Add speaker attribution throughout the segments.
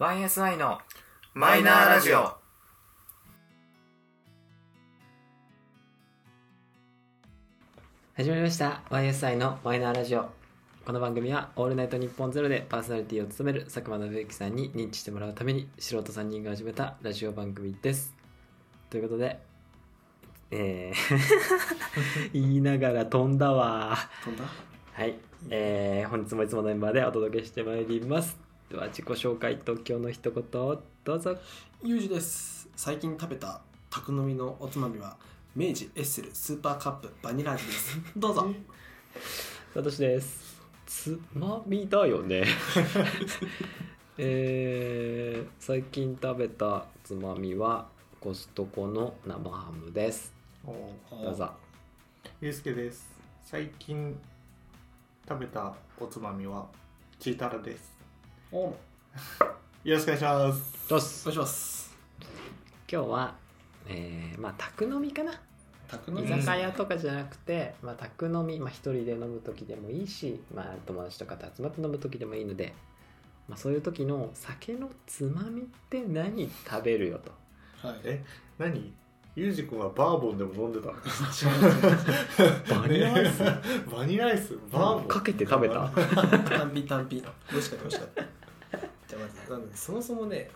Speaker 1: YSI の
Speaker 2: マイナーラジオ。
Speaker 3: 始まりました YSI のマイナーラジオこの番組は「オールナイトニッポンゼロでパーソナリティを務める佐久間信之さんに認知してもらうために素人3人が始めたラジオ番組ですということでえー 言いながら飛んだわ
Speaker 2: 飛んだ
Speaker 3: はい、えー本日もいつものメンバーでお届けしてまいりますでは自己紹介と今日の一言をどうぞ
Speaker 2: ゆうじです最近食べた宅飲みのおつまみは明治エッセルスーパーカップバニラ 味ですどうぞ
Speaker 3: サトシです。つまみだよね。 えー、最近食べたつまみはコストコの生ハムです。どうぞ。
Speaker 4: ゆうすけです最近食べたおつまみはチータラです
Speaker 2: おおお
Speaker 4: よろしくお願いします
Speaker 3: どうす
Speaker 2: 願いします
Speaker 3: 今日は、えー、まあ宅飲みかな。
Speaker 2: 宅
Speaker 3: 居
Speaker 4: ん
Speaker 3: 酒屋とかじゃなくて、まあ宅飲み、まあ一人で飲む時でもいいし、まあ友達とかと集まって飲む時でもいいので、まあそういう時の酒のつまみって何食べるよと。
Speaker 2: はい
Speaker 4: え何ゆうじくんはバーボンでも飲んでたの
Speaker 3: バニラアイス
Speaker 4: ね バニラアイスバーボン
Speaker 3: かけて食べた
Speaker 2: 単品単品美味しかった美味しかったじゃあまずなのでそもそもね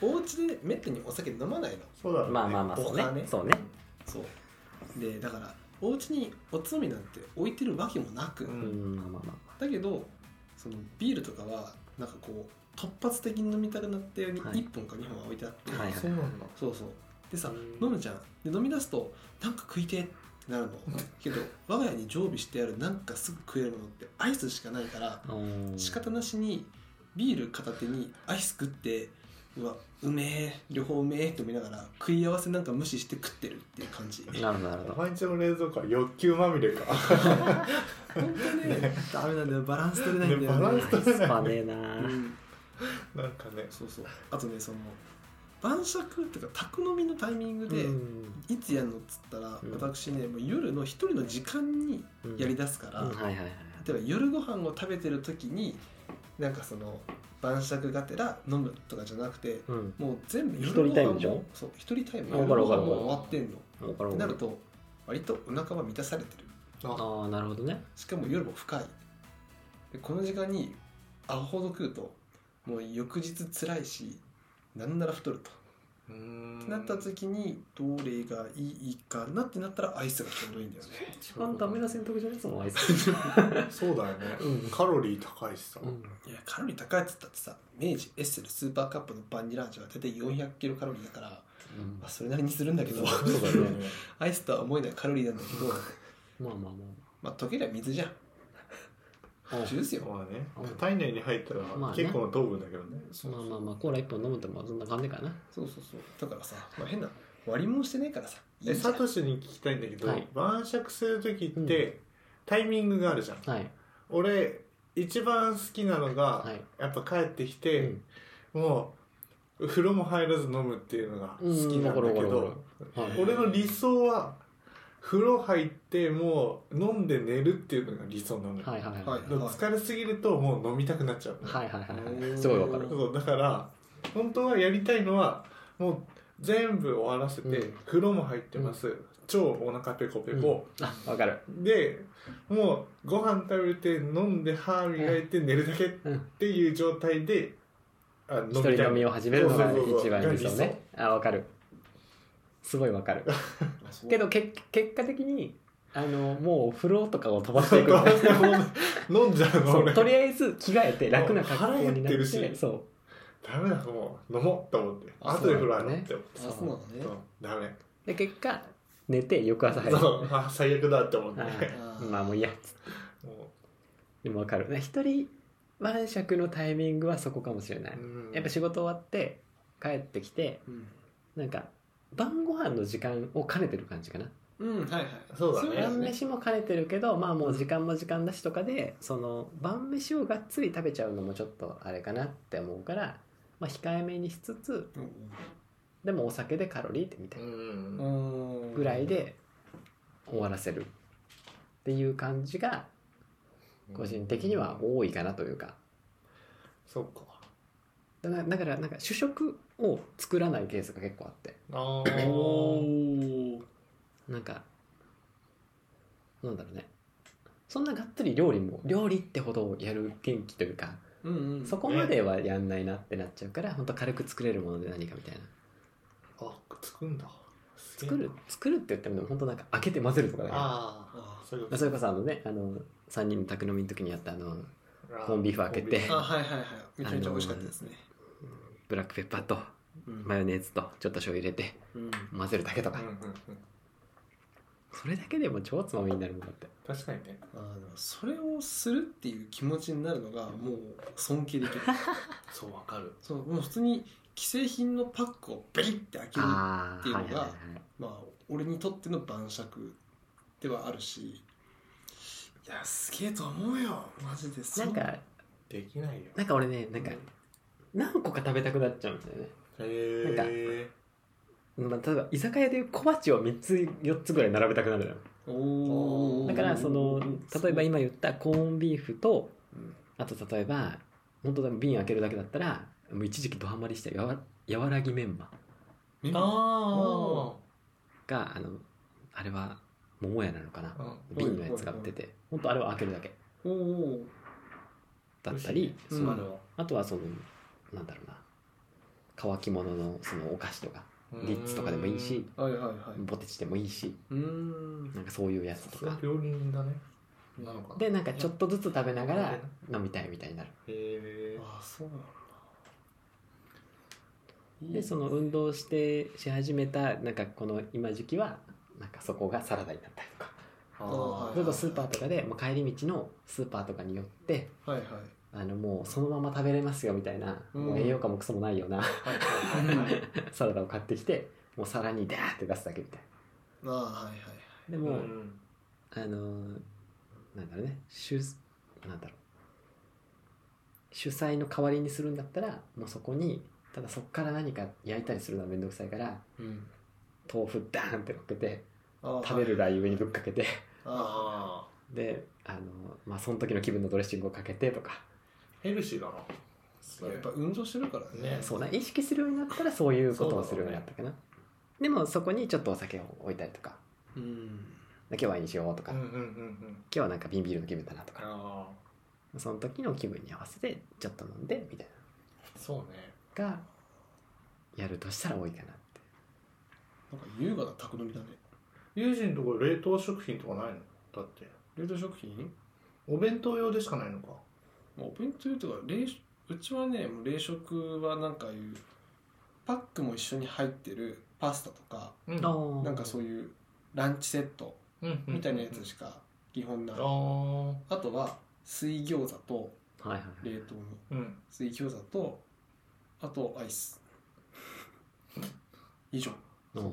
Speaker 2: あのお家でめったにお酒飲まないの
Speaker 4: そうだろうね
Speaker 3: まあまあまあそうね
Speaker 2: 僕はね
Speaker 3: そうね
Speaker 2: そうでだからお家におつまみなんて置いてるわけもなく、
Speaker 4: うん
Speaker 3: うんまあまあまあ
Speaker 2: だけどそのビールとかはなんかこう突発的に飲みたくなったように
Speaker 3: はい
Speaker 2: 1本か2本は置いてあって、
Speaker 3: はいはい
Speaker 4: そうなんだ
Speaker 2: そうそうでさ
Speaker 3: うん
Speaker 2: 飲むじゃんで飲み出すとなんか食いてえってなるのけど我が家に常備してあるなんかすぐ食えるものってアイスしかないから
Speaker 3: うん
Speaker 2: 仕方なしにビール片手にアイス食ってうわうめえ両方うめえって思いながら食い合わせなんか無視して食ってるっていう感じ
Speaker 3: なるほどなるほ
Speaker 4: お
Speaker 3: ど
Speaker 4: 前んちの冷蔵庫は欲求まみ れか
Speaker 2: 本当ねダメなんだよバランス取れないんだ
Speaker 4: ね
Speaker 2: よ
Speaker 4: バ
Speaker 2: ね
Speaker 4: ランス取れ
Speaker 3: スパ
Speaker 4: ない
Speaker 3: ねえな
Speaker 2: うん
Speaker 4: なんかね
Speaker 2: そうそうあとねその晩酌とか宅飲みのタイミングで、
Speaker 3: うん
Speaker 2: いつやるのっつったら、
Speaker 3: うん
Speaker 2: 私ねもう夜の一人の時間に
Speaker 3: うん
Speaker 2: やりだすから、
Speaker 3: うんはいはいはい
Speaker 2: 例えば夜ご飯を食べてる時になんかその晩酌がてら飲むとかじゃなくて
Speaker 3: うん
Speaker 2: もう全部
Speaker 3: 一
Speaker 2: 夜
Speaker 3: 人
Speaker 2: ご
Speaker 3: タイ
Speaker 2: 飯
Speaker 3: ムでしょ
Speaker 2: もそう一人タイム
Speaker 3: わか
Speaker 2: 夜
Speaker 3: る
Speaker 2: ご
Speaker 3: わか
Speaker 2: 飯
Speaker 3: る
Speaker 2: も終わってんの
Speaker 3: わかる
Speaker 2: って
Speaker 3: わ
Speaker 2: な
Speaker 3: か
Speaker 2: る
Speaker 3: る
Speaker 2: と割とお腹は満たされてる
Speaker 4: あ
Speaker 3: ああなるほどね
Speaker 2: しかも夜も深いでこの時間にアホほど食うともう翌日辛いしなんなら太ると
Speaker 4: うーん
Speaker 2: なった時にどれがいいかなってなったらアイスがちょうどいいんだよね
Speaker 3: 一番ダメな選択じゃないそのアイス
Speaker 4: そうだよね、
Speaker 3: うん
Speaker 4: カロリー高いしさ、
Speaker 3: うん
Speaker 2: いやカロリー高いっつったってさ明治エッセルスーパーカップのバニラ味は大体400キロカロリーだから、まあ、それなりにするんだけど
Speaker 3: そうだよね
Speaker 2: アイスとは思えないカロリーなんだけど
Speaker 3: まあまあま
Speaker 2: まあ溶けりゃ水じゃん
Speaker 3: あ まあ
Speaker 2: ジュースよ
Speaker 4: まあね
Speaker 3: うん
Speaker 4: 体内に入ったら
Speaker 3: まあね
Speaker 4: 結構の糖分だけどね
Speaker 3: まあまあまあコーラ一本飲むともそんな感じかな
Speaker 2: そうそうそうだからさ、まあ、変な割りもんしてないからさい
Speaker 4: え
Speaker 2: いじゃ
Speaker 4: サ
Speaker 2: ん
Speaker 4: トシに聞きたいんだけど、
Speaker 3: はい
Speaker 4: 晩酌する時って、
Speaker 3: う
Speaker 4: タイミングがあるじゃん
Speaker 3: はい
Speaker 4: 俺一番好きなのが、
Speaker 3: はい
Speaker 4: やっぱ帰ってきて、もう風呂も入らず飲むっていうのが好きなんだけ
Speaker 3: うんわかるわかるわ
Speaker 4: ど
Speaker 3: か、るはい
Speaker 4: 俺の理想は風呂入ってもう飲んで寝るっていうのが理想なのよ、
Speaker 3: はいはい
Speaker 2: は
Speaker 3: はいい
Speaker 4: でも疲れすぎるともう飲みたくなっちゃうのよ、
Speaker 3: はいはいは
Speaker 2: う
Speaker 3: い
Speaker 2: ん
Speaker 3: すごいわかる
Speaker 4: そうだから本当はやりたいのはもう全部終わらせて、
Speaker 3: うん
Speaker 4: 風呂も入ってます、超お腹ペコペコ、
Speaker 3: あわかる
Speaker 4: でもうご飯食べて飲んで歯磨いて寝るだけっ
Speaker 3: うん
Speaker 4: ていう状態で、あ
Speaker 3: 一人飲みを始めるのが
Speaker 4: そうそうそう
Speaker 3: 一番理想ねあわかるすごいわかる
Speaker 2: あそう
Speaker 3: けどけ結果的にあのもうお風呂とかを飛ばして
Speaker 4: そ
Speaker 3: いくのね
Speaker 4: う飲んじゃうの
Speaker 3: そう
Speaker 4: 俺
Speaker 3: とりあえず着替えて楽な格好
Speaker 4: 腹
Speaker 3: に
Speaker 4: 減っ
Speaker 3: なってて
Speaker 4: るし
Speaker 3: そ
Speaker 4: ダメだもう飲もうと思って
Speaker 3: あ
Speaker 4: 後で風呂入ろうって思って
Speaker 2: あそうなのね
Speaker 4: そうダメ
Speaker 3: うで結果寝て翌朝入る
Speaker 4: そうあ最悪だって思って
Speaker 3: あ
Speaker 2: あ
Speaker 3: ー
Speaker 2: ー
Speaker 3: まあもういいや
Speaker 4: も、
Speaker 3: でもわかるね一人晩酌のタイミングはそこかもしれないう
Speaker 4: うん
Speaker 3: やっぱ仕事終わって帰ってきて
Speaker 2: うん、
Speaker 3: なんか晩ご飯の時間を兼ねてる感じかな
Speaker 2: うん、はいはい
Speaker 4: そうだね
Speaker 2: れは
Speaker 3: 晩飯も兼ねてるけどまあもう時間も時間だしとかでその晩飯をがっつり食べちゃうのもちょっとあれかなって思うから、まあ、控えめにしつつでもお酒でカロリーってみたいうなん
Speaker 2: うん
Speaker 3: ぐらいで終わらせるっていう感じが個人的には多いかなというか
Speaker 4: そうか
Speaker 3: だからだからなんか主食を作らないケースが結構あって
Speaker 4: あ
Speaker 2: お
Speaker 4: ー
Speaker 2: お
Speaker 3: なんかなんだろうねそんながっつり料理も料理ってほどやる元気というか、
Speaker 2: うんうん
Speaker 3: そこまではやんないなってなっちゃうから本当軽く作れるもので何かみたいな
Speaker 4: あ作るんだすげ
Speaker 3: 作
Speaker 4: えな
Speaker 3: る作るって言ってもでも本当なんか開けて混ぜるとかだけま
Speaker 4: ああそういう
Speaker 3: あそれこそあのねあの3人の宅飲みの時にやったあのコンビーフ開けて
Speaker 2: あはいはいはいめちゃめちゃ美味しかったですね、
Speaker 3: ブラックペッパーと
Speaker 2: うん
Speaker 3: マヨネーズとちょっと醤油入れて
Speaker 2: うん
Speaker 3: 混ぜるだけと
Speaker 4: うん
Speaker 3: か
Speaker 4: うんうん、
Speaker 3: それだけでも超つまみになるもんだって
Speaker 4: 確かにね
Speaker 2: あーでもそれをするっていう気持ちになるのがもう尊敬で きる
Speaker 4: そうわかる
Speaker 2: そうもう普通に既製品のパックをベリって開ける
Speaker 3: あ
Speaker 2: って
Speaker 3: あ
Speaker 2: いう
Speaker 3: はいはい
Speaker 2: のが
Speaker 3: はいはい
Speaker 2: まあ俺にとっての晩酌ではあるしいやすげえと思うよマジでそ
Speaker 3: な
Speaker 2: うん
Speaker 3: か
Speaker 4: できないよ
Speaker 3: なんか俺ねなんか何個か食べたくなっちゃうんだよね、
Speaker 4: へえ
Speaker 3: まあ、例えば居酒屋でいう小鉢を3つ4つぐらい並べたくなるのよ
Speaker 2: おお
Speaker 3: だからその例えば今言ったコーンビーフと
Speaker 4: うん
Speaker 3: あと例えば本当だ瓶開けるだけだったらもう一時期ドハマりしたやわやわらぎメンマ
Speaker 2: あ
Speaker 4: あ
Speaker 3: があのあれは桃屋なのかな
Speaker 4: あ、うん、
Speaker 3: 瓶のやつが売ってて本当あれを開けるだけ
Speaker 2: おお
Speaker 3: だったり、
Speaker 2: 美味しいね
Speaker 3: そ
Speaker 2: うん
Speaker 3: の
Speaker 4: あるわ
Speaker 3: あとはそのなんだろうな乾き物のそのお菓子とかリッツとかでもいいし
Speaker 2: はいはいはい
Speaker 3: ポテチでもいいし
Speaker 2: うーん
Speaker 3: なんかそういうやつと
Speaker 4: それ
Speaker 3: か
Speaker 4: 料理人だねなのかな
Speaker 3: でなんかちょっとずつ食べながら飲みたいみたいになる
Speaker 4: へえ
Speaker 2: ああそうなの
Speaker 3: でその運動してし始めたなんかこの今時期はなんかそこがサラダになったりとか
Speaker 4: あ
Speaker 2: あ
Speaker 3: それこそスーパーとかでもう帰り道のスーパーとかによって
Speaker 2: はいはい
Speaker 3: あのもうそのまま食べれますよみたいな、
Speaker 2: うん
Speaker 3: もう栄養価もクソもないような
Speaker 4: はいはいはいはい
Speaker 3: サラダを買ってきてもう皿にダーって出すだけみたい
Speaker 2: ああはいはい
Speaker 3: なで
Speaker 4: う
Speaker 3: も、
Speaker 4: ん
Speaker 3: あのーなんだろうね主なんだろう主催の代わりにするんだったらもうそこにただそこから何か焼いたりするのは面倒くさいから
Speaker 2: うん
Speaker 3: 豆腐ダーンって乗っけて
Speaker 2: ああ
Speaker 3: 食べるラ
Speaker 2: はい
Speaker 3: ー油にぶっかけて
Speaker 2: あ
Speaker 4: ああ
Speaker 3: であのまあその時の気分のドレッシングをかけてとか、
Speaker 4: ヘルシーだな
Speaker 2: あやっぱ運動してるからね
Speaker 4: ね
Speaker 3: そうな意識するようになったらそういうことをするようになったかな、でもそこにちょっとお酒を置いたりとか
Speaker 2: うん
Speaker 3: 今日ワインにしようとか、
Speaker 4: うんうん
Speaker 3: 今
Speaker 4: うんうん
Speaker 3: 日はなんか瓶ビールの気分だなとか
Speaker 4: あ
Speaker 3: その時の気分に合わせてちょっと飲んでみたい
Speaker 4: あそうね
Speaker 3: なのがやるとしたら多いかなって
Speaker 2: なんか優雅な宅飲みだね
Speaker 4: 友人とこ冷凍食品とかないのだって
Speaker 2: 冷凍食品
Speaker 4: お弁当用でしかないのか
Speaker 2: まあお弁当というか冷食うちはねもう冷食はなんかいうパックも一緒に入ってるパスタとか
Speaker 4: うん
Speaker 2: なんかそういうランチセット
Speaker 4: うん
Speaker 2: みたいなやつしか基本な
Speaker 4: あ
Speaker 2: い、
Speaker 4: あ
Speaker 2: あとは水餃子と
Speaker 3: はいはい
Speaker 2: 冷
Speaker 3: はい
Speaker 2: 凍の
Speaker 4: うん
Speaker 2: 水餃子とあとア イス以上
Speaker 3: うん
Speaker 4: い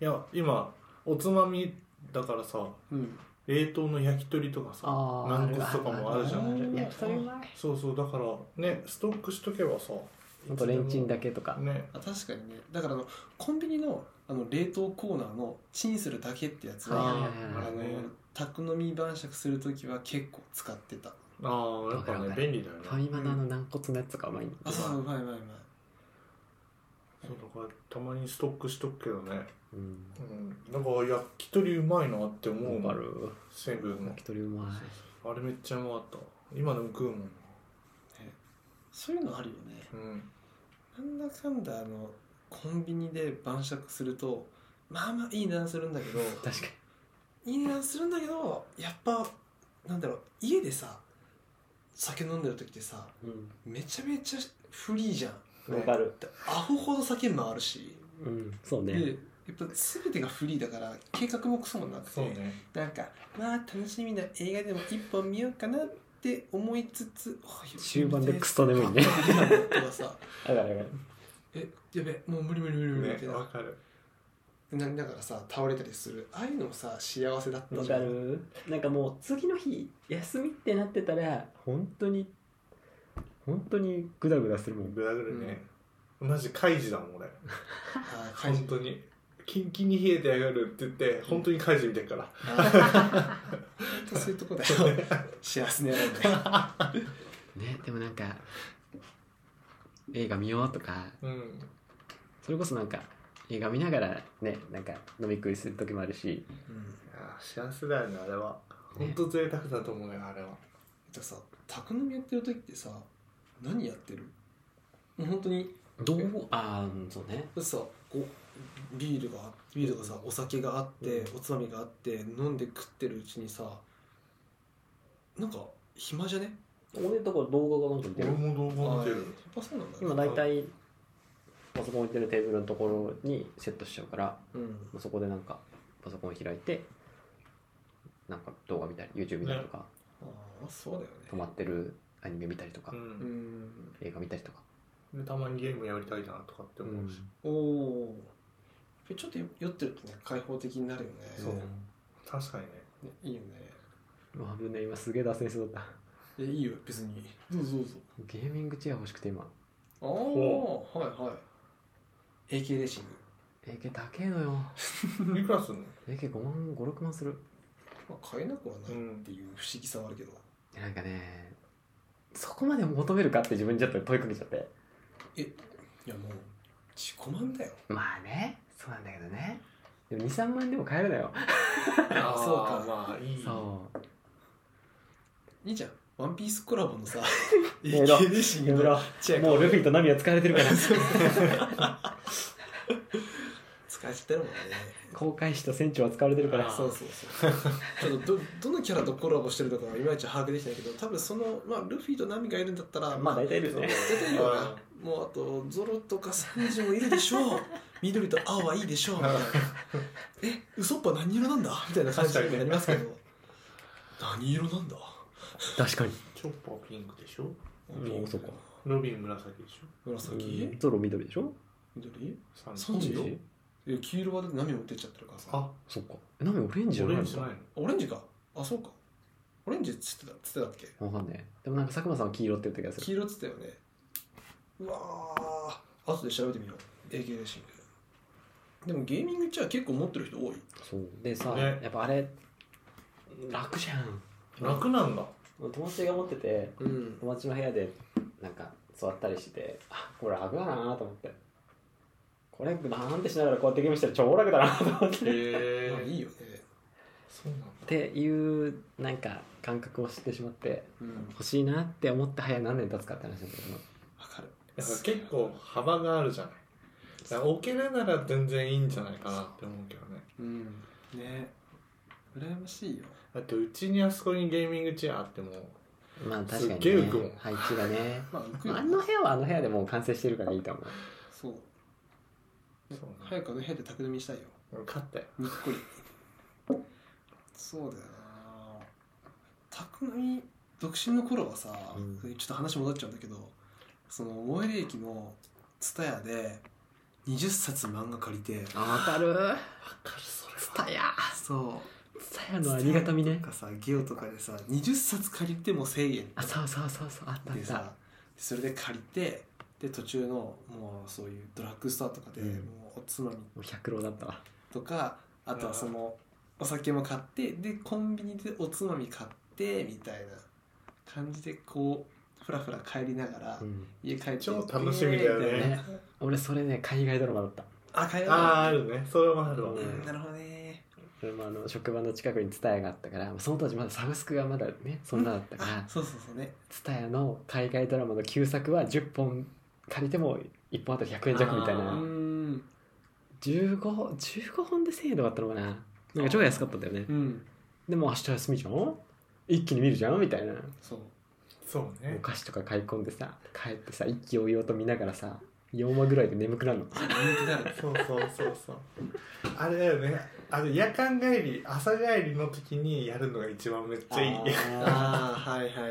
Speaker 4: や今おつまみだからさ
Speaker 2: うん
Speaker 4: 冷凍の焼き鳥とかさ
Speaker 3: あー
Speaker 4: 軟骨とかもあるじゃ
Speaker 2: あ
Speaker 4: ん
Speaker 2: る
Speaker 3: いやそれうまい
Speaker 4: そうそうだからねストックしとけばさ
Speaker 3: ほんとレンチンだ
Speaker 4: け
Speaker 3: けとか
Speaker 4: ね
Speaker 2: あ確かにねだからあのコンビニのあの冷凍コーナーのチンするだけってやつ
Speaker 3: はい
Speaker 2: は
Speaker 3: はい
Speaker 2: あ
Speaker 3: はい
Speaker 2: の
Speaker 4: ね
Speaker 2: 宅飲み晩酌する時は結構使ってた
Speaker 4: ああやっぱ
Speaker 3: わ
Speaker 4: ね
Speaker 3: かる
Speaker 4: 便利だよ
Speaker 3: フ
Speaker 4: ね
Speaker 3: ァミマのあの軟骨のやつとかうまいんだ
Speaker 2: あそううまいうまいうまい
Speaker 4: そうだからたまにストックしとくけどね
Speaker 3: うん
Speaker 4: うんなんか焼き鳥うまいなって思う
Speaker 3: わかる
Speaker 4: セブンの
Speaker 3: 焼き鳥うまい
Speaker 4: あれめっちゃうまかった今でも食うもん
Speaker 2: そういうのあるよね
Speaker 4: うん
Speaker 2: なんだかんだあのコンビニで晩酌するとまあまあいい値段するんだけど
Speaker 3: 確かに
Speaker 2: いい値段するんだけどやっぱなんだろう家でさ酒飲んでる時ってさめちゃめちゃフリーじゃん
Speaker 3: わ、かる、
Speaker 2: アホほど酒もあるし、
Speaker 3: うんそうね
Speaker 2: でやっぱ全てがフリーだから計画もクソもなくて、
Speaker 4: そうね
Speaker 2: なんかまあ楽しみな映画でも一本見ようかなって思いつつあ
Speaker 3: 終盤でクソ眠いね
Speaker 2: やべえやべえとかさ
Speaker 3: だからね
Speaker 2: えやべえもう無理無理無理無理みた
Speaker 4: ね
Speaker 2: いな
Speaker 4: わかる
Speaker 2: なだからさ倒れたりするああいうのもさ幸せだった
Speaker 3: わ
Speaker 2: じゃ
Speaker 3: か
Speaker 2: ん
Speaker 3: るなんかもう次の日休みってなってたら本当に本当にグダグダするもん
Speaker 4: グラグラねマジ開示だもん俺
Speaker 2: あー
Speaker 4: 本当にキンキンに冷えてやがるって言って本当に開示見てるから
Speaker 2: あー本当そういうとこだよ幸せねやろうね
Speaker 3: ねでもなんか映画見ようとか
Speaker 4: うん
Speaker 3: それこそなんか映画見ながらねなんか飲み食いする時もあるし
Speaker 2: うん
Speaker 4: あ幸せだよねあれは本当贅沢だと思うよあれは
Speaker 2: じゃあさ宅飲みやってる時ってさ何やってるもう本当に
Speaker 3: どうああそうね
Speaker 2: さこうビールがビールがさお酒があっておつまみがあって飲んで食ってるうちにさなんか暇じゃね
Speaker 3: 俺だから動画がなんか出る
Speaker 4: も動
Speaker 2: あやっぱそうなんだね
Speaker 3: 今大体パソコン置いてるテーブルのところにセットしちゃうから
Speaker 2: うん
Speaker 3: そこでなんかパソコン開いてなんか動画見たり YouTube 見たりとか、
Speaker 2: ああそうだよね
Speaker 3: 止まってるアニメ見たりとか、
Speaker 4: う、
Speaker 2: うんん
Speaker 3: 映画見たりとか、
Speaker 4: でたまにゲームやりたいなとかって思うし、
Speaker 2: おおーちょっと酔ってるとね開放的になるよね
Speaker 4: そ
Speaker 3: う
Speaker 4: う
Speaker 3: ん
Speaker 4: 確かにね
Speaker 2: ねいいよね
Speaker 3: うわ危ない今すげえ脱線しそうだった
Speaker 2: えいいよ別にどうぞどうぞ
Speaker 3: ゲーミングチェア欲しくて今
Speaker 2: ああはいはい AK レーシング
Speaker 3: AK 高えのよ
Speaker 4: いくらすんの
Speaker 3: AK5 万56万する
Speaker 2: まあ買えなくはないっていう不思議さはあるけど、
Speaker 3: なんかねそこまで求めるかって自分にちょっと問いかけちゃって
Speaker 2: いやもう自己満だよ
Speaker 3: まあねそうなんだけどねでも23万でも買えるのよ
Speaker 2: あそうか
Speaker 4: まあいい
Speaker 3: そう
Speaker 2: いいじゃんワンピースコラボのさ
Speaker 3: やめろ
Speaker 2: AK レーシングのチェア
Speaker 3: もうルフィとナミは疲れてる から
Speaker 2: 使い捨てるもんね
Speaker 3: 航海士と船長は疲れてるから
Speaker 4: あー
Speaker 2: そうそうそうちょっとどどのキャラとコラボしてるとかはいまいち把握できてないけど多分その、まあ、ルフィとナミがいるんだったら
Speaker 3: まあ大体いる
Speaker 2: そう
Speaker 3: よね
Speaker 2: 出てるよなもうあとゾロとかサンジもいるでしょう 緑と青はいいでしょうみたいなえウソッパ何色なんだみたいな感じになりますけど何色なんだ
Speaker 3: 確かに
Speaker 4: チョッパーピンクでしょ
Speaker 3: うんそっか
Speaker 4: ロビン紫でしょ
Speaker 2: 紫
Speaker 3: ゾロ緑でしょ
Speaker 2: 緑
Speaker 4: サン
Speaker 2: サンジよ
Speaker 3: オレンジ
Speaker 2: え黄色はだってナミ持ってっちゃってるからさ
Speaker 4: あ
Speaker 3: そっかえナミオレンジじゃ
Speaker 4: オ
Speaker 3: ないの
Speaker 4: レン
Speaker 3: か
Speaker 4: ジじゃない
Speaker 2: オレンジかあそうかオレンジっつってたつってたっけ
Speaker 3: わかんねえでもなんか佐久間さんは黄色って言った気がす
Speaker 2: 黄
Speaker 3: る
Speaker 2: 色っつったよねうわー後で調べてみよう AK レーシングでもゲーミングチェア結構持ってる人多い
Speaker 3: そうでさ、
Speaker 4: ね
Speaker 3: やっぱあれ楽じゃん
Speaker 4: の楽なんだ
Speaker 3: 友達が持ってて
Speaker 2: うん
Speaker 3: 友達の部屋でなんか座ったりしててあこれ楽だなと思ってこれなんてしながらこうやってゲームしたら超楽だなと思ってっ
Speaker 4: へ
Speaker 2: まあい
Speaker 4: え
Speaker 2: いよね
Speaker 4: そうなんだ
Speaker 3: ていうなんか感覚を知ってしまって
Speaker 2: うん
Speaker 3: 欲しいなって思って早何年経つかって話なんだけど
Speaker 2: わかる
Speaker 4: だから結構幅があるじゃないだから置けるなら全然いいんじゃないかなって思うけどね
Speaker 2: うんね羨ましいよ
Speaker 4: だってうちにあそこにゲーミングチェアあっても
Speaker 3: まあ確か
Speaker 4: すっげえ
Speaker 3: に、
Speaker 4: 浮くも
Speaker 3: ね
Speaker 4: ん、
Speaker 3: 配置がね
Speaker 2: まあ浮く
Speaker 3: ま
Speaker 2: よ
Speaker 3: ああの部屋はあの部屋でもう完成してるからいいと思う
Speaker 2: そう
Speaker 4: そうね
Speaker 2: 早くあの部屋で宅飲みしたいよ
Speaker 4: 俺勝ったよ
Speaker 2: にっこりそうだよな宅飲み独身の頃はさ、
Speaker 3: うん
Speaker 2: ちょっと話戻っちゃうんだけどその最寄り駅の蔦屋で20冊漫画借りて
Speaker 3: あ当たる
Speaker 4: わかるそれ
Speaker 3: ツタヤ
Speaker 2: そう
Speaker 3: ツタヤのありがたみね
Speaker 2: なんかさゲオとかでさ20冊借りても1000円
Speaker 3: あそうそうそうそうあったあっ
Speaker 2: で
Speaker 3: た
Speaker 2: さそれで借りてで途中のもうそういうドラッグストアとかで、
Speaker 3: うん
Speaker 2: もうおつまみ
Speaker 3: もう百郎だったわ
Speaker 2: とかあとはそのお酒も買ってでコンビニでおつまみ買ってみたいな感じでこうふらふら帰りながら、
Speaker 3: うん
Speaker 2: 家帰って
Speaker 4: 超楽しみだよね
Speaker 2: イエーイみたいな
Speaker 3: ね俺それね海外ドラマだった
Speaker 2: あ帰ろ
Speaker 4: ああーあ
Speaker 2: う
Speaker 4: るねそれもあるわ、
Speaker 3: う
Speaker 2: うん
Speaker 3: ん
Speaker 2: なるほどね
Speaker 3: それもあの職場の近くにツタヤがあったからその当時まだサブスクがまだねそんなだったから
Speaker 2: あそうそうそうね
Speaker 3: ツタヤの海外ドラマの旧作は10本借りても1本あたり100円弱みたい
Speaker 2: うん
Speaker 3: な 15, 15本で1000円とかあったのかななんか超安かったんだよね
Speaker 2: うん
Speaker 3: でも明日休みじゃん一気に見るじゃんみたいな
Speaker 2: そう
Speaker 4: そう
Speaker 3: お
Speaker 4: ね
Speaker 3: 菓子とか買い込んでさ帰ってさ一気揚々と見ながらさ4話ぐらいで眠くなるの
Speaker 2: 人気だね
Speaker 4: そうそうそうそうあれだよねあれ夜間帰り朝帰りの時にやるのが一番めっちゃいい
Speaker 2: ああはいはいはいは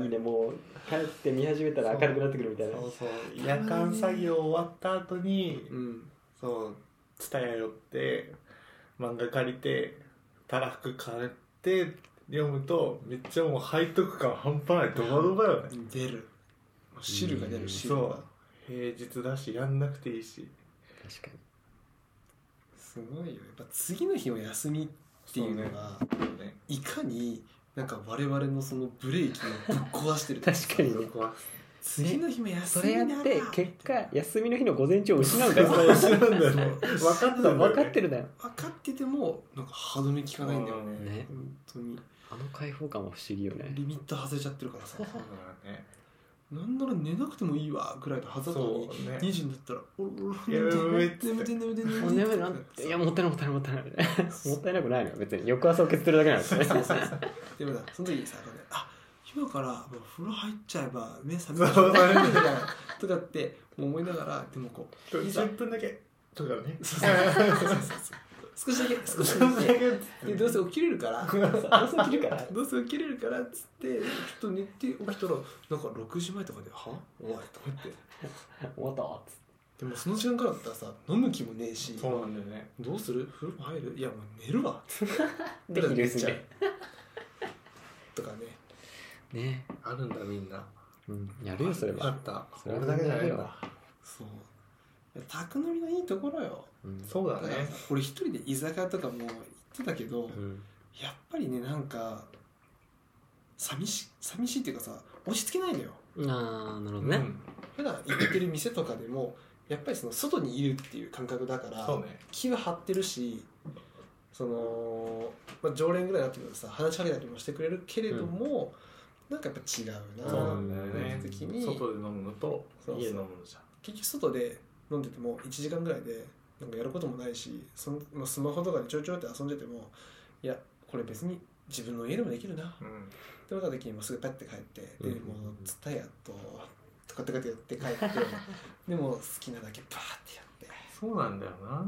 Speaker 2: い
Speaker 3: いいねもう帰って見始めたら明るくなってくるみたいな
Speaker 4: そうそう夜間作業終わった後に
Speaker 2: うん
Speaker 4: そう蔦屋寄って漫画借りてたらふく買って読むとめっちゃもう背徳感半端ないドバドバよね
Speaker 2: 出る汁が出る汁
Speaker 4: そ
Speaker 2: が
Speaker 4: う平日だしやんなくていいし
Speaker 3: 確かに
Speaker 2: すごいよやっぱ次の日を休みっていうのが
Speaker 4: そうね
Speaker 2: いかになんか我々のそのブレーキをぶっ壊してる
Speaker 3: 確かに
Speaker 4: そこは
Speaker 2: 次の日も休
Speaker 3: それ
Speaker 2: み
Speaker 3: や
Speaker 2: な
Speaker 3: っ
Speaker 2: んだ
Speaker 3: て結果休みの日の午前中を失うんだよ
Speaker 4: そう
Speaker 3: 分
Speaker 4: 知らんだ よもう分かってたんだよね
Speaker 3: かってるんだよ
Speaker 2: 分かっててもなんか歯止め効かないんだよね
Speaker 4: うん
Speaker 3: ね
Speaker 2: 本当に
Speaker 3: あの解放感は不思議よね
Speaker 2: リミッター外れちゃってるからさ
Speaker 4: そうだね
Speaker 2: なんなら寝なくてもいいわぐらいのはずだったのに
Speaker 4: そうね
Speaker 2: 2時になったら「おろ
Speaker 4: いや
Speaker 2: 眠て
Speaker 4: や
Speaker 2: 眠
Speaker 4: め
Speaker 2: て
Speaker 4: て
Speaker 2: 眠て眠て
Speaker 3: もう眠いなっていやもったいないもったいないもったいない もったいなくないのよ別に翌朝を削ってるだけなんですね
Speaker 2: でもなその時にさこうねあ今からもう風呂入っちゃえば目覚め
Speaker 4: そう
Speaker 2: る
Speaker 4: そう
Speaker 2: とかってもう思いながらでもこう
Speaker 4: 10分だけとかね
Speaker 2: そうそうそうそう少しだけ少しだけでどうせ起きれるから
Speaker 3: 朝起きるから
Speaker 2: どうせ起きれるからっつってちょっと寝て起きたらなんか6時前とかで「はおい」とかって
Speaker 3: 終わったわっつって
Speaker 2: でもその時間からだったらさ飲む気もねえし
Speaker 4: そうなんだよね
Speaker 2: どうする風呂入るいやもう寝るわ
Speaker 3: で昼過ぎで
Speaker 2: とかね
Speaker 3: ね
Speaker 4: あるんだみんな
Speaker 3: うんやるよそれ
Speaker 4: あ
Speaker 3: は
Speaker 4: った
Speaker 3: それは
Speaker 4: 俺だけじゃないん
Speaker 3: みんな
Speaker 4: だ
Speaker 2: そういや宅飲みのいいところよ
Speaker 3: うん
Speaker 4: そうだ
Speaker 2: だから
Speaker 4: ね
Speaker 2: 俺一人で居酒屋とかも行ってたけど、
Speaker 3: うん
Speaker 2: やっぱりねなんか寂し寂しいっていうかさ落ち着けないのよ
Speaker 3: ああなるほど
Speaker 4: う
Speaker 3: ね
Speaker 4: ん
Speaker 2: 普段行ってる店とかでもやっぱりその外にいるっていう感覚だから
Speaker 4: そうね
Speaker 2: 気は張ってるしその、まあ、常連ぐらいだったけどさ話しかけたりもしてくれるけれども、なんかやっぱ違うな
Speaker 4: そうなんだよ
Speaker 2: っ
Speaker 4: ね
Speaker 2: て時に
Speaker 4: 外で飲むのと
Speaker 2: そうそう
Speaker 4: 家で飲むのじゃ
Speaker 2: 結局外で飲んでても1時間ぐらいでなんかやることもないしそのまあスマホとかでちょいちょいって遊んでてもいやこれ別に自分の家でもできるなって
Speaker 4: うん
Speaker 2: 思った時にもうすぐパッて帰ってで
Speaker 3: うん
Speaker 2: もうツタヤととかとかってやって帰って でもう好きなだけバーってやって
Speaker 4: そうなんだよな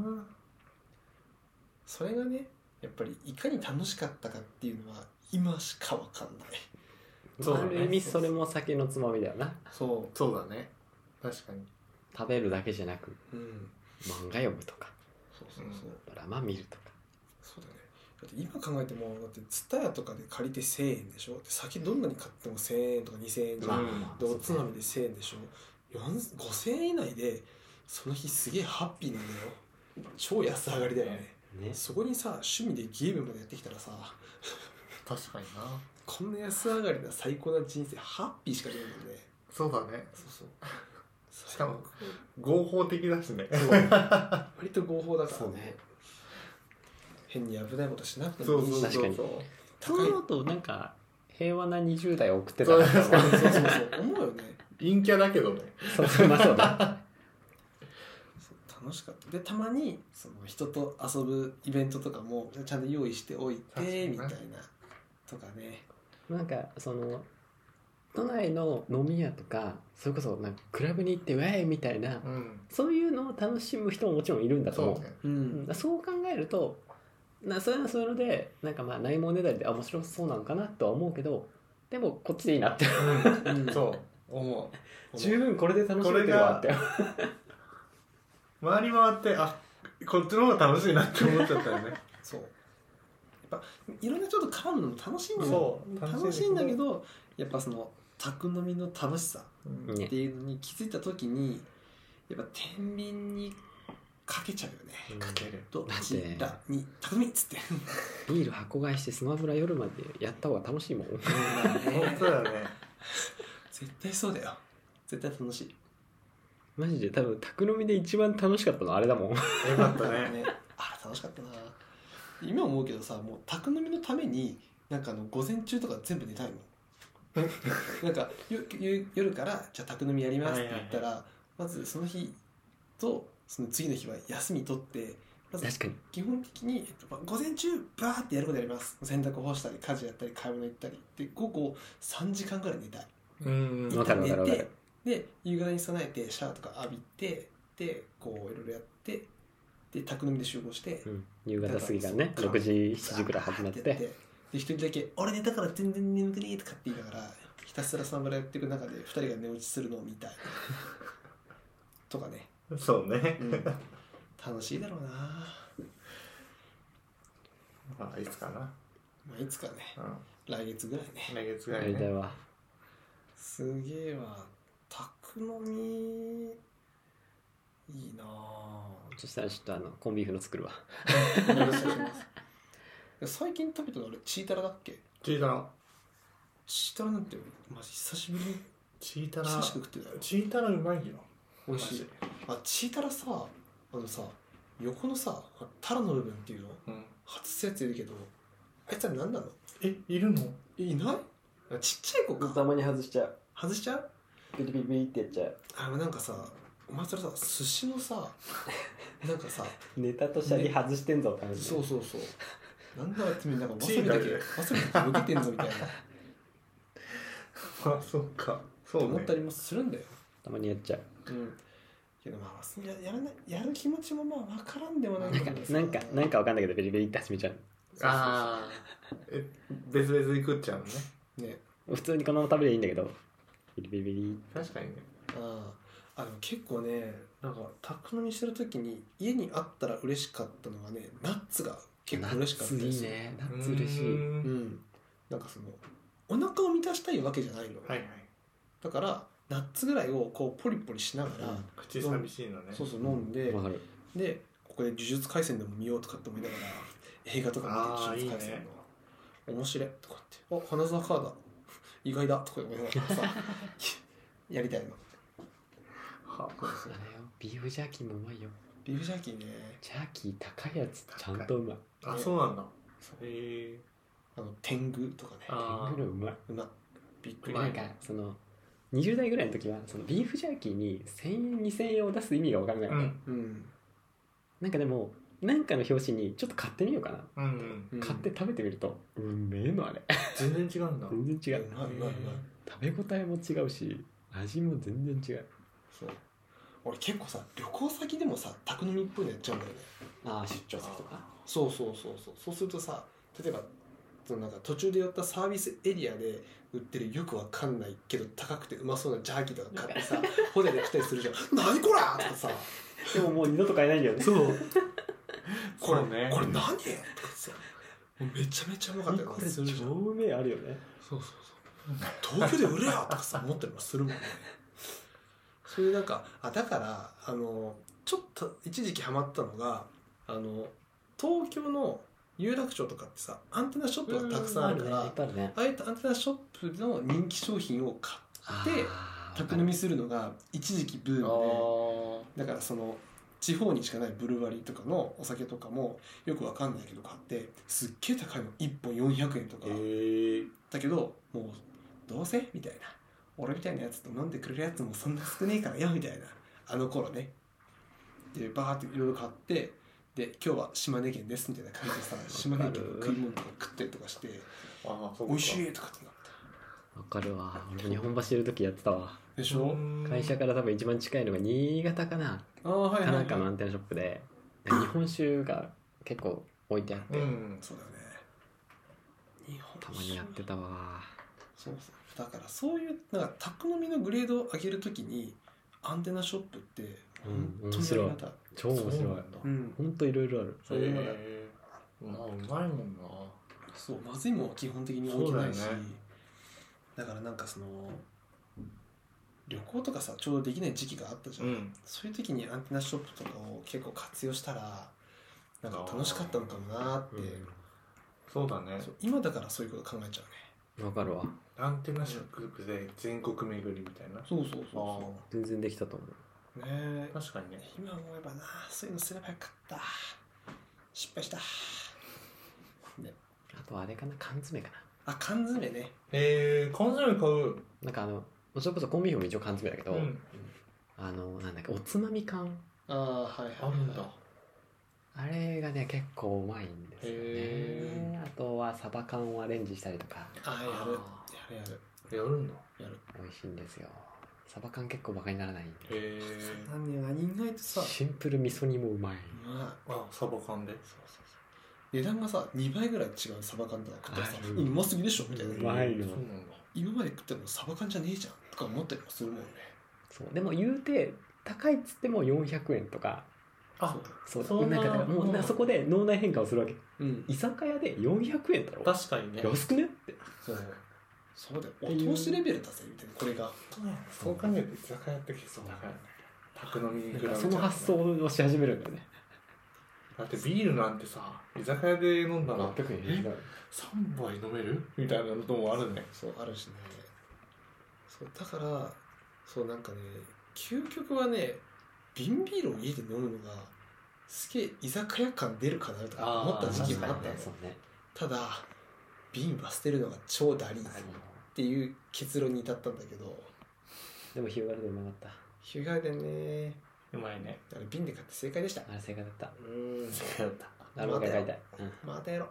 Speaker 2: それがねやっぱりいかに楽しかったかっていうのは今しかわかんない
Speaker 4: そうだ
Speaker 3: あ
Speaker 4: ね
Speaker 3: る意味それも酒のつまみだよな
Speaker 2: そ
Speaker 4: そうだね確かに
Speaker 3: 食べるだけじゃなく
Speaker 2: ううん
Speaker 3: 漫画読むとか
Speaker 2: そうそうそう、
Speaker 3: ドラマ見るとか
Speaker 2: そうだねだって今考えてもだってツタヤとかで借りて1000円でしょで先どんなに買っても1000円とか2000円じゃん
Speaker 4: まあ
Speaker 2: でおつまみで1000円でしょ4000 5000円以内でその日すげえハッピーなんだよ超安上がりだよね
Speaker 3: ね
Speaker 2: そこにさ趣味でゲームまでやってきたらさ
Speaker 4: 確かにな
Speaker 2: こんな安上がりな最高な人生ハッピーしかないもんね
Speaker 4: そうだね
Speaker 2: そうそう
Speaker 4: しかも合法的だしね
Speaker 2: そう割と合法だから
Speaker 3: そうね
Speaker 2: 変に危ないことしなくて
Speaker 4: そ
Speaker 2: も
Speaker 4: う
Speaker 2: いい
Speaker 4: そう
Speaker 3: 確
Speaker 2: し
Speaker 3: か
Speaker 4: そ
Speaker 3: に
Speaker 4: うそう
Speaker 3: そ
Speaker 2: 高い
Speaker 3: の後なんか平和な20代を送ってたな
Speaker 4: そう
Speaker 2: そうそうそう思うよね
Speaker 4: 陰キャだけどね
Speaker 3: そうそうまあそうだ
Speaker 2: そう楽しかったでたまにその人と遊ぶイベントとかもちゃんと用意しておい
Speaker 4: 確か
Speaker 2: て
Speaker 4: に
Speaker 2: みたいなとかね
Speaker 3: なんかその都内の飲み屋とかそれこそなんかクラブに行ってウェイみたいな、
Speaker 4: うん
Speaker 3: そういうのを楽しむ人ももちろんいるんだと
Speaker 4: そ
Speaker 3: 思う
Speaker 4: うね
Speaker 2: う
Speaker 3: うんんそう考えるとなそれはそれでなんかまあ内もねだりであ面白そうなのかなとは思うけどでもこっちでいいなって
Speaker 2: うん
Speaker 4: そう思う
Speaker 3: 十分これで楽しめてるわって
Speaker 4: 回り回ってあこっちの方が楽しいなって思っちゃったよね
Speaker 2: そうやっぱいろんな人と絡むのも楽しいんだよ
Speaker 4: そう
Speaker 2: 楽しいんだけどやっぱその宅飲みの楽しさ
Speaker 4: うん
Speaker 2: っていうのに気づいた時にやっぱ天秤にかけちゃうよね
Speaker 4: かける
Speaker 2: ど
Speaker 3: だっ
Speaker 2: ち
Speaker 3: て
Speaker 2: らに宅飲みっつって
Speaker 3: ビール箱買いしてスマブラ夜までやった方が楽しいもん
Speaker 4: 本当だよね
Speaker 2: 絶対そうだよ絶対楽しい
Speaker 3: マジで多分宅飲みで一番楽しかったのあれだも ん
Speaker 4: よかったね
Speaker 2: ねあれ楽しかったな今思うけどさもう宅飲みのためになんかあの午前中とか全部寝たいもん なんかゆゆ夜からじゃあ宅飲みやりますって言ったら、まずその日とその次の日は休み取ってまず
Speaker 3: 確かに
Speaker 2: 基本的に、えっとまあ午前中バーってやることやります洗濯干したり家事やったり買い物行ったりで午後3時間ぐらい寝たい
Speaker 4: うん
Speaker 3: わかるわかるわかる
Speaker 2: で夕方に備えてシャワーとか浴びてでこういろいろやってで宅飲みで集合して
Speaker 3: うん、夕方過ぎからね
Speaker 2: そう
Speaker 3: 6時7時くらい始まっ
Speaker 2: ザー
Speaker 3: て
Speaker 2: で一人だけ「俺寝たから全然眠くねえ」とかって言いながらひたすらサンバラやっていく中で二人が寝落ちするのを見 たいとかね、
Speaker 4: そうね
Speaker 2: うん、楽しいだろうな
Speaker 4: まあいつかな
Speaker 2: まあいつかね
Speaker 4: うん
Speaker 2: 来月ぐらいね
Speaker 4: 来月ぐ
Speaker 3: や
Speaker 4: らい
Speaker 3: りたい
Speaker 4: ね
Speaker 3: わ
Speaker 2: すげえわ宅飲みいいなあ
Speaker 3: そしたらちょっとあのコンビーフの作るわ
Speaker 2: お願いします 最近食べたのあれチータラだっけ
Speaker 4: 聞いたの
Speaker 2: チータラなんてマジ久しぶりに
Speaker 4: チータラ
Speaker 2: 久しく食ってたよ
Speaker 4: チータラうまいよ
Speaker 2: 美味しいあチータラさあのさ横のさタラの部分っていうの
Speaker 4: マジでうん
Speaker 2: 外すやついるけどあいつは何なの
Speaker 4: えいるの
Speaker 2: いないあちっちゃい子
Speaker 3: た
Speaker 2: か
Speaker 3: まに外しちゃう
Speaker 2: 外しちゃう
Speaker 3: ビリビリビリってやっちゃう
Speaker 2: あなんかさお前それさ寿司の さなんかさ
Speaker 3: ネタとシャリ外してんぞ多分
Speaker 2: そうそうそうなんだあいつみんななんかわ
Speaker 4: チー
Speaker 2: さ
Speaker 4: タ
Speaker 2: びだ
Speaker 4: ラ
Speaker 2: けわさびだけ受けてんぞ みたいな
Speaker 4: あそっかそ
Speaker 2: 思ったりもするんだよ
Speaker 3: たまにやっちゃう
Speaker 2: うんけどまあややらないやる気持ちもまあ分からんでもない
Speaker 3: なんかなんかなんかわかんないけどビリビリって始めちゃう
Speaker 4: あ
Speaker 2: あ
Speaker 4: あえ別々に食っちゃうのね
Speaker 2: ね
Speaker 3: 普通にこのまま食べりゃいいんだけどビリビリビリ
Speaker 4: 確かにね
Speaker 2: あーあの結構ねなんか宅飲みしてる時に家にあったら嬉しかったのがねナッツが結構嬉しかった
Speaker 3: ナッ
Speaker 2: で
Speaker 3: ツいい
Speaker 2: す
Speaker 3: ねナッツ嬉し
Speaker 4: う
Speaker 3: い
Speaker 2: うんんなんかそのお腹を満たしたいわけじゃないの、
Speaker 4: はいはい
Speaker 2: だからナッツぐらいをこうポリポリしながら、
Speaker 3: うん
Speaker 4: 口寂しいのね
Speaker 2: そうそう飲んで、
Speaker 3: わかる
Speaker 2: でここで「呪術廻戦」でも見ようとかって思いながら映画とか見て「呪術廻戦の」面白い」とか言って「あ花澤香だ意外だ」とか思いながらさ やりたいの
Speaker 4: は
Speaker 3: そうだよビーフジャーキーもうまいよ
Speaker 2: ビーフジャーキーね
Speaker 3: ジャーキー高いやつちゃんとうまい
Speaker 4: あそうなんだ
Speaker 2: そう
Speaker 4: へえ
Speaker 2: あの天狗とかね
Speaker 4: あー
Speaker 3: 天狗のうまいう
Speaker 2: まびっくり
Speaker 4: うま
Speaker 3: ないんかその20代ぐらいの時はそのビーフジャーキーに1000円2000円を出す意味が分からな
Speaker 4: う
Speaker 3: かった、
Speaker 4: ん
Speaker 2: うん、
Speaker 3: なんかでもなんかの表紙にちょっと買ってみようかな、
Speaker 4: うんうん
Speaker 2: うん、
Speaker 3: 買って食べてみるとうめえのあれ
Speaker 4: 全然違うんだ
Speaker 3: 全然違
Speaker 2: う
Speaker 3: う
Speaker 2: まいうまいうまい
Speaker 3: 食べ応えも違うし味も全然違う
Speaker 2: そう俺結構さ旅行先でもさ宅飲みっぽいのやっちゃうんだよね
Speaker 3: ああ出張先とか
Speaker 2: そうそうそうそうそうするとさ例えばそのなんか途中で寄ったサービスエリアで売ってるよくわかんないけど高くてうまそうなジャーキーとか買ってさホテルで食ったりするじゃん「何これ!」とかさ
Speaker 3: でももう二度と買えないんだよね
Speaker 2: そうこれ
Speaker 4: そうね
Speaker 2: これ何とかさもうめちゃめちゃうまかったりと
Speaker 3: こ
Speaker 2: か
Speaker 3: れ
Speaker 2: す
Speaker 3: 超
Speaker 2: るじゃんそう
Speaker 3: うめえあるよね
Speaker 2: そうそう東京で売れよとかさ思ったりもするもんねそういうなんかあだからあのちょっと一時期ハマったのがあの東京の有楽町とかってさアンテナショップがたくさんあるから、
Speaker 3: いっぱいあるね
Speaker 2: ああいうアンテナショップの人気商品を買って宅飲みするのが一時期ブー
Speaker 4: あ
Speaker 2: ム
Speaker 4: ー
Speaker 2: でだからその地方にしかないブルワリーとかのお酒とかもよくわかんないけど買ってすっげえ高いの1本400円とか、
Speaker 4: へえ
Speaker 2: だけどもうどうせみたいな俺みたいなやつと飲んでくれるやつもそんな少ねえからよみたいなあの頃ねでバーっていろいろ買ってで今日は島根県ですみたいな感じで さ島根県の食い物とか食ったりとかして
Speaker 4: ああそう
Speaker 2: 美味し
Speaker 4: い
Speaker 2: いとかってなって
Speaker 3: わかるわ俺も日本橋いる時やってたわ
Speaker 2: でしょ
Speaker 3: 会社から多分一番近いのが新潟かな
Speaker 2: ああはい
Speaker 3: か
Speaker 2: はい、は
Speaker 3: ないん、かのアンテナショップで日本酒が結構置いてあって、
Speaker 4: うん
Speaker 2: そうだよね日本
Speaker 3: たまにやってたわ
Speaker 2: そうそうだからそういうなんか宅飲みのグレードを上げるときにアンテナショップって
Speaker 3: うん
Speaker 2: 本当にありがたい、
Speaker 3: 超面白い
Speaker 4: そうなんだ
Speaker 2: うん、
Speaker 3: ほんといろいろある
Speaker 2: そういうのが
Speaker 4: へえまあうまいもんな
Speaker 2: そうまずいもんは基本的に置いてないし
Speaker 4: そう
Speaker 2: だ,、
Speaker 4: だよね
Speaker 2: からなんかその旅行とかさちょうどできない時期があったじゃん、
Speaker 4: ん
Speaker 2: そういう時にアンテナショップとかを結構活用したらなんか楽しかったのかもなーって、
Speaker 4: そうだね
Speaker 2: そう今だからそういうこと考えちゃうね
Speaker 3: わかるわ
Speaker 4: アンテナショップで全国巡りみたいな
Speaker 2: そうそうそう
Speaker 4: あ
Speaker 3: 全然できたと思う
Speaker 2: そうねえ
Speaker 4: 確かにね
Speaker 2: 今思えばなそういうのすればよかった失敗した
Speaker 3: あとはあれかな缶詰か
Speaker 2: あ缶詰ね
Speaker 4: えー、缶詰買う
Speaker 3: ななんかあのそれこそコンビーフも一応缶詰だけど、
Speaker 4: うん
Speaker 3: あのなんだっけおつまみ缶
Speaker 2: ああはいはい
Speaker 4: あるんだ
Speaker 3: あれがね結構うまいんですよね
Speaker 4: へ
Speaker 3: あとはサバ缶をアレンジしたりとか
Speaker 2: あやるや
Speaker 4: あ
Speaker 2: る
Speaker 4: や
Speaker 2: やる
Speaker 4: るんだ
Speaker 2: やる
Speaker 3: 美味しいんですよサバ缶結構バカにならない
Speaker 4: へえ
Speaker 2: なんで何意外とさ
Speaker 3: シンプル味噌煮もうまい
Speaker 2: まあ
Speaker 4: あサバ缶で
Speaker 2: そうそうそう値段がさ2倍ぐらい違うサバ缶とか食ったらさ
Speaker 3: あ
Speaker 2: う
Speaker 3: る
Speaker 2: んうますぎでしょみたいな、
Speaker 3: うまいよ
Speaker 4: そうなんだ
Speaker 2: 今まで食ったのサバ缶じゃねえじゃんとか思ったりもするもんね
Speaker 3: そうでも言うて高いっつっても400円とか
Speaker 4: あ
Speaker 3: そう
Speaker 4: そんな
Speaker 3: なんかだからもうな
Speaker 4: うん
Speaker 3: そこで脳内変化をするわけ
Speaker 2: うん
Speaker 3: 居酒屋で400円だろ
Speaker 4: 確かにね
Speaker 3: 安くねって
Speaker 2: そうそうだよお通しレベルだぜみたいなこれが
Speaker 4: そう考えると居酒屋って結構高いよね宅飲みに比べちゃうと
Speaker 3: その発想をし始めるんだよね
Speaker 4: だってビールなんてさ居酒屋で飲んだら
Speaker 3: 600円
Speaker 4: え3杯飲めるみたいなのもあるね
Speaker 2: そうあるしねそそうだからそうなんかね究極はね瓶ビールを家で飲むのがすげえ居酒屋感出るかなとか思った時期もあったん
Speaker 3: ね
Speaker 2: で
Speaker 3: そうね
Speaker 2: ただ瓶は捨てるのが超ダリーっ
Speaker 3: そう
Speaker 2: ていう結論に至ったんだけど
Speaker 3: でも広がるでうまかっ
Speaker 2: 日帰りね
Speaker 4: うまいね
Speaker 2: あれ瓶で買って正解でした
Speaker 3: たあれ正解だった
Speaker 2: うん
Speaker 3: 正解だったあもう一回買いたい、うん
Speaker 2: またやろう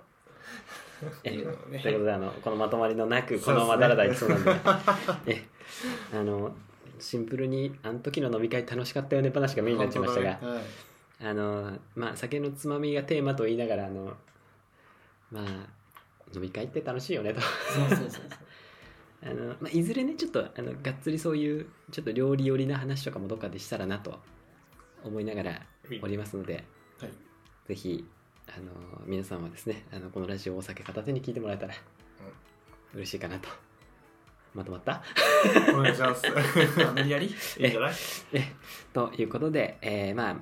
Speaker 3: え
Speaker 2: っていうのをね
Speaker 3: ということであのこのまとまりのなく
Speaker 4: そ
Speaker 3: こ
Speaker 4: うですね
Speaker 3: のままだらだいきそうなんでえあのシンプルにあの時の飲み会楽しかったよね話がメインになっちゃいましたが、
Speaker 2: はい
Speaker 3: あのまあ酒のつまみがテーマと言いながらあのまあ飲み会って楽しいよねと
Speaker 2: そうそうそうそう
Speaker 3: あの、まあ、いずれねちょっとあのがっつりそういうちょっと料理寄りな話とかもどっかでしたらなと思いながらおりますので
Speaker 2: はい
Speaker 3: ぜひあの皆さんはですねあのこのラジオをお酒片手に聞いてもらえたら嬉しいかなとまとまった
Speaker 4: お願いします。
Speaker 2: まあ無理やり
Speaker 4: いいんじゃない
Speaker 3: ということで、えーまあ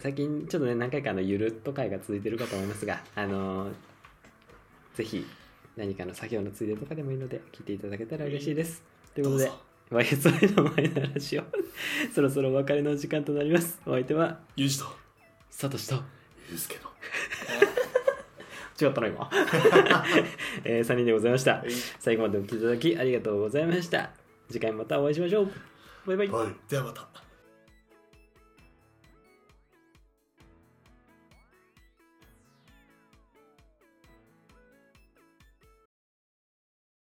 Speaker 3: 最近ちょっとね何回かあのゆるっと会が続いてるかと思いますがあのーぜひ何かの作業のついでとかでもいいので聞いていただけたら嬉しいです。という
Speaker 2: ど
Speaker 3: こと
Speaker 2: う
Speaker 3: で
Speaker 2: ぞ
Speaker 3: YSI の前の話を そろそろお別れの時間となります。お相手は
Speaker 2: ゆうじと
Speaker 3: サトシと
Speaker 2: ゆうすけの
Speaker 3: 違ったの今、えー、3人でございました
Speaker 4: い。
Speaker 3: 最後までお聞きいただきありがとうございました次回またお会いしましょうバイバイ
Speaker 2: はいではまた